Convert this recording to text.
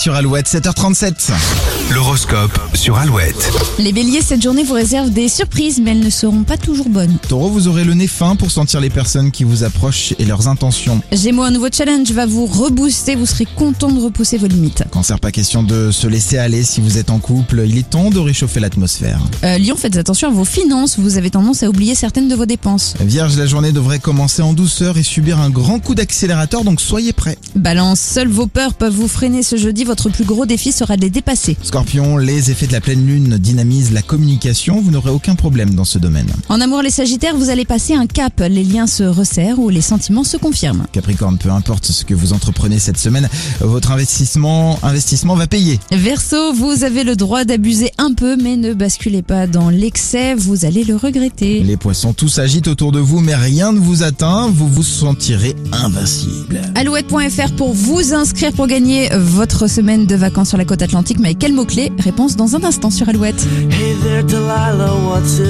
sur Alouette, 7h37. L'horoscope sur Alouette. Les béliers, cette journée vous réserve des surprises, mais elles ne seront pas toujours bonnes. Taureau, vous aurez le nez fin pour sentir les personnes qui vous approchent et leurs intentions. Gémeaux, un nouveau challenge va vous rebooster, vous serez content de repousser vos limites. Cancer, pas question de se laisser aller si vous êtes en couple, il est temps de réchauffer l'atmosphère. Euh, Lion, faites attention à vos finances, vous avez tendance à oublier certaines de vos dépenses. Vierge, la journée devrait commencer en douceur et subir un grand coup d'accélérateur, donc soyez prêts. Balance, seules vos peurs peuvent vous freiner ce jeudi, votre plus gros défi sera de les dépasser. Scorpion, les effets de la pleine lune dynamisent la communication, vous n'aurez aucun problème dans ce domaine. En amour, les sagittaires, vous allez passer un cap, les liens se resserrent ou les sentiments se confirment. Capricorne, peu importe ce que vous entreprenez cette semaine, votre investissement, investissement va payer. Verseau, vous avez le droit d'abuser un peu, mais ne basculez pas dans l'excès, vous allez le regretter. Les poissons, tout s'agite autour de vous, mais rien ne vous atteint, vous vous sentirez invincible. Alouette.fr pour vous inscrire pour gagner votre semaine de vacances sur la côte atlantique. Mais quel mot-clé Réponse dans un instant sur Alouette. Hey there, Delilah, what's it?